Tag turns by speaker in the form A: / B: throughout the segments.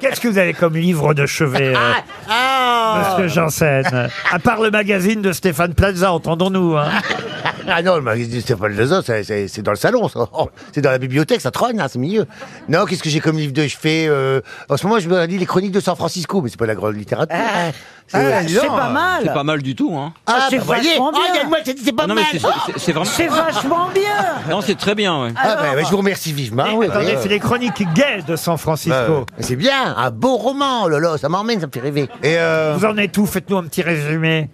A: Qu'est-ce que vous avez comme livre de chevet, euh,
B: Ah,
C: Ah.
A: Monsieur Janssen À part le magazine de Stéphane Plaza, entendons-nous. hein.
C: Ah non, le magazine de Stéphane Plaza, ça- c'est c'est dans le salon, ça. Oh, c'est dans la bibliothèque, ça trône, hein, c'est milieu. Non, qu'est-ce que j'ai comme livre de chevet euh, En ce moment, je me lis les chroniques de San Francisco, mais c'est pas de la grande littérature. hein. C'est-
B: Ah,
C: dis
B: c'est
C: donc,
B: pas
C: euh,
B: mal.
D: C'est pas mal du tout, hein.
C: Ah,
B: c'est
C: bah, voyez,
B: vachement
C: oh,
B: bien.
C: Yann Moix, c'est c'est pas
D: non,
C: mal.
D: mais c'est- c'est c'est vraiment.
B: C'est vachement bien.
D: Non, c'est très bien, ouais.
C: Ah, bah,
B: Alors.
C: bah, je vous remercie
B: Eh,
C: vivement. oui,
A: Attendez,
C: voyez.
A: c'est les chroniques gays de San Francisco.
C: Euh, C'est bien, un beau roman, Lolo, ça m'emmène, ça me fait rêver. Et, euh,
A: Vous en êtes où Faites-nous un petit résumé.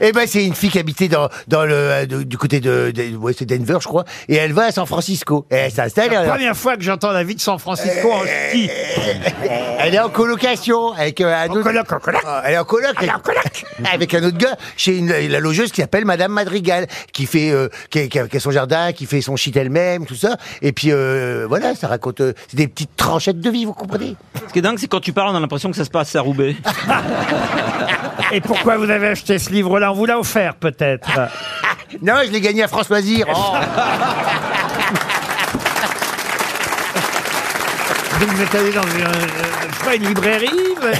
C: eh ben, c'est une fille qui habitait dans, dans le, euh, de- du côté de, de- ouais, c'est Denver, je crois, et elle va à San Francisco. Et elle s'installe. elle-
A: Première fois que j'entends la vie de San Francisco en ski.
C: Elle est en colocation avec euh, un
A: En
C: autre-
A: coloc, en coloc.
C: Ah, Elle est en coloc. avec- Avec un autre gars chez une, la logeuse qui s'appelle Madame Madrigal, qui fait, euh, qui, a, qui a- qui a son jardin, qui fait son shit elle-même, tout ça. Et puis euh, voilà, ça raconte. euh, c'est des petites tranchettes de vie, vous comprenez
D: Ce qui est dingue, c'est quand tu parles, on a l'impression que ça se passe à Roubaix.
A: Et pourquoi vous avez acheté ce livre-là On vous l'a offert peut-être.
C: Non, je l'ai gagné à France Mazir. Oh.
A: Donc vous êtes allé dans une, euh, je sais pas, une librairie mais-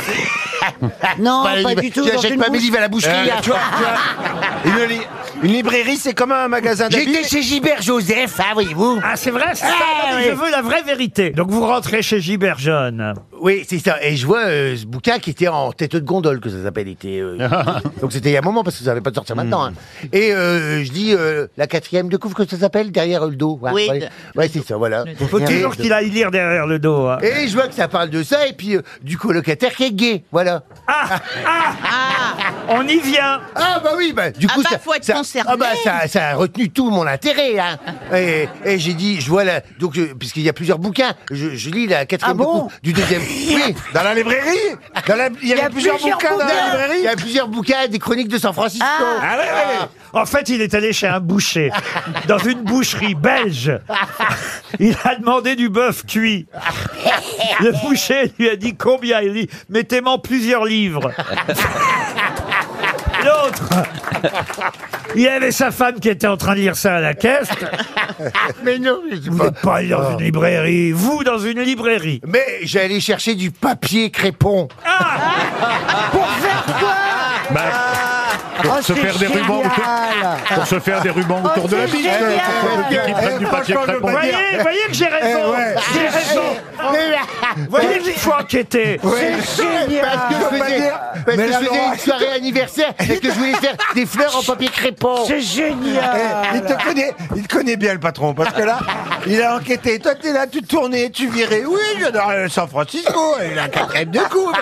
B: Non,
C: Pas la
B: pas
C: libra-
B: du tout.
C: Tu
B: dans
C: achètes
B: une Euh,
C: pas mes
B: bouche.
C: livres à la boucherie. hein.
E: une, li- une librairie, c'est comme un magasin d'habits.
C: J'étais chez Gilbert Joseph, hein, voyez-vous.
A: Ah c'est vrai, c'est ça,
C: Ah,
A: non, mais
C: oui.
A: je veux la vraie vérité. Donc vous rentrez chez Gilbert Jaune.
C: Oui, c'est ça. Et je vois euh, ce bouquin qui était en tête de gondole, que ça s'appelle. il était, euh, Donc c'était il y a un moment, parce que ça n'avait pas de sortir maintenant. hein. Et euh, je dis euh, la quatrième de couvre, que ça s'appelle, derrière le dos. Ouais,
B: Oui,
C: ouais.
B: de-
C: Ouais, c'est ça, voilà.
A: Faut
C: Et-
A: toujours qu'il aille lire derrière le dos. hein.
C: Et je vois que ça parle de ça, et puis euh, du colocataire qui est gay, voilà.
A: Ah, ah, On y vient.
C: Ah bah oui, bah du
F: Ah
C: coup
F: bah,
C: ça,
F: faut être
C: ça-
F: concerné.
C: ah bah, ça, ça a retenu tout mon intérêt, hein. Et, et j'ai dit, je vois la, donc je- puisqu'il y a plusieurs bouquins, je, je lis la quatrième
B: Ah bon
C: de couvre du deuxième. Oui.
E: Dans la librairie Dans la- Il y avait plusieurs,
B: plusieurs
E: bouquins dans
B: bouquins.
E: la librairie
C: Il y a plusieurs bouquins des chroniques de San Francisco.
B: Ah.
A: Ah ouais, ouais, ouais. En fait, il est allé chez un boucher, dans une boucherie belge. Il a demandé du bœuf cuit. Le boucher lui a dit combien Il dit mettez-moi plusieurs livres. L'autre, il y avait sa femme qui était en train de lire ça à la caisse.
C: Mais non, je sais
A: Vous
C: pas.
A: n'êtes pas allé dans une librairie, vous dans une librairie.
C: Mais j'allais chercher du papier crépon.
A: Ah,
B: Pour faire quoi
G: Ben, Pour
B: Oh,
G: se
B: c'est
G: faire des rubans autour,
B: génial. Oh,
G: pour se faire des rubans autour de la
B: c'est
G: bite. hein,
B: génial. Eh,
G: Pour que les filles prennent du papier
E: Franchement,
G: crépon.
E: le
A: Voyez, voyez que j'ai raison. J'ai raison. Voyez qu'il faut enquêter.
B: C'est
C: Parce que
B: génial.
C: je
E: pas
C: faisais,
E: dire.
C: parce
E: Mais
C: que je
E: la
C: faisais
E: Laura-
C: une soirée anniversaire et que je voulais faire des fleurs en papier crépon.
B: C'est
E: Eh, il,
B: génial.
E: te connaît, il te connaît bien le patron parce que là, il a enquêté. Toi, t'es là, tu tournais, tu virais. Oui, je viens dans le San Francisco. Et la quatrième de coupe.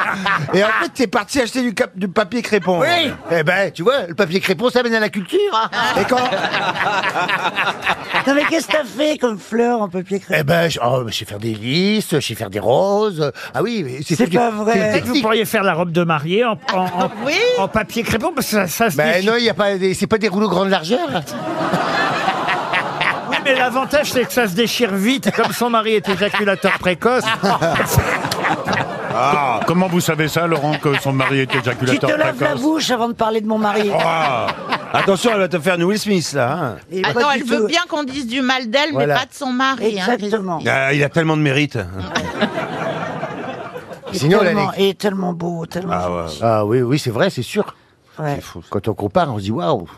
E: Et en fait, t'es parti acheter du, cap- du papier crépon.
C: Oui. Eh ben, tu vois, le papier crépon, ça mène à la culture. hein.
B: Ah.
E: Et quand
B: Non mais qu'est-ce
F: Ah.
B: que t'as fait comme fleur en papier
C: Eh
B: crème
C: ben, je, oh, je sais faire des lys, je sais faire des roses. Ah oui, mais
B: C'est
C: toute-
B: pas vrai.
C: c'est une
A: Peut-être que vous
C: technique.
A: pourriez faire la robe de mariée en, en- en- en papier crépon, parce que ça, ça se
C: Ben
A: déchire.
C: non, il y a pas, des- c'est pas des rouleaux grande largeur.
A: Oui, mais l'avantage, c'est que ça se déchire vite. Comme son mari est éjaculateur précoce,
G: Ah, Comment vous savez ça, Laurent, que son mari est
B: Tu te
G: éjaculateur
B: laves la
G: précoce Ah,
B: bouche avant de parler de mon mari.
E: Ah, Attention, elle va te faire une Will Smith là. hein.
B: Et
F: Attends,
B: pas du
F: Ah, elle veut
B: tout.
F: bien qu'on dise du mal d'elle,
C: Voilà.
F: mais pas de son mari. hein.
B: Exactement.
E: Euh, il a tellement de mérite.
B: Et
C: Sinon, la
B: tellement,
C: lecture-
B: et tellement beau, tellement.
E: Ah ouais.
C: Ah oui, oui, c'est vrai, c'est sûr.
B: Ouais.
C: Quand on compare, on se dit waouh.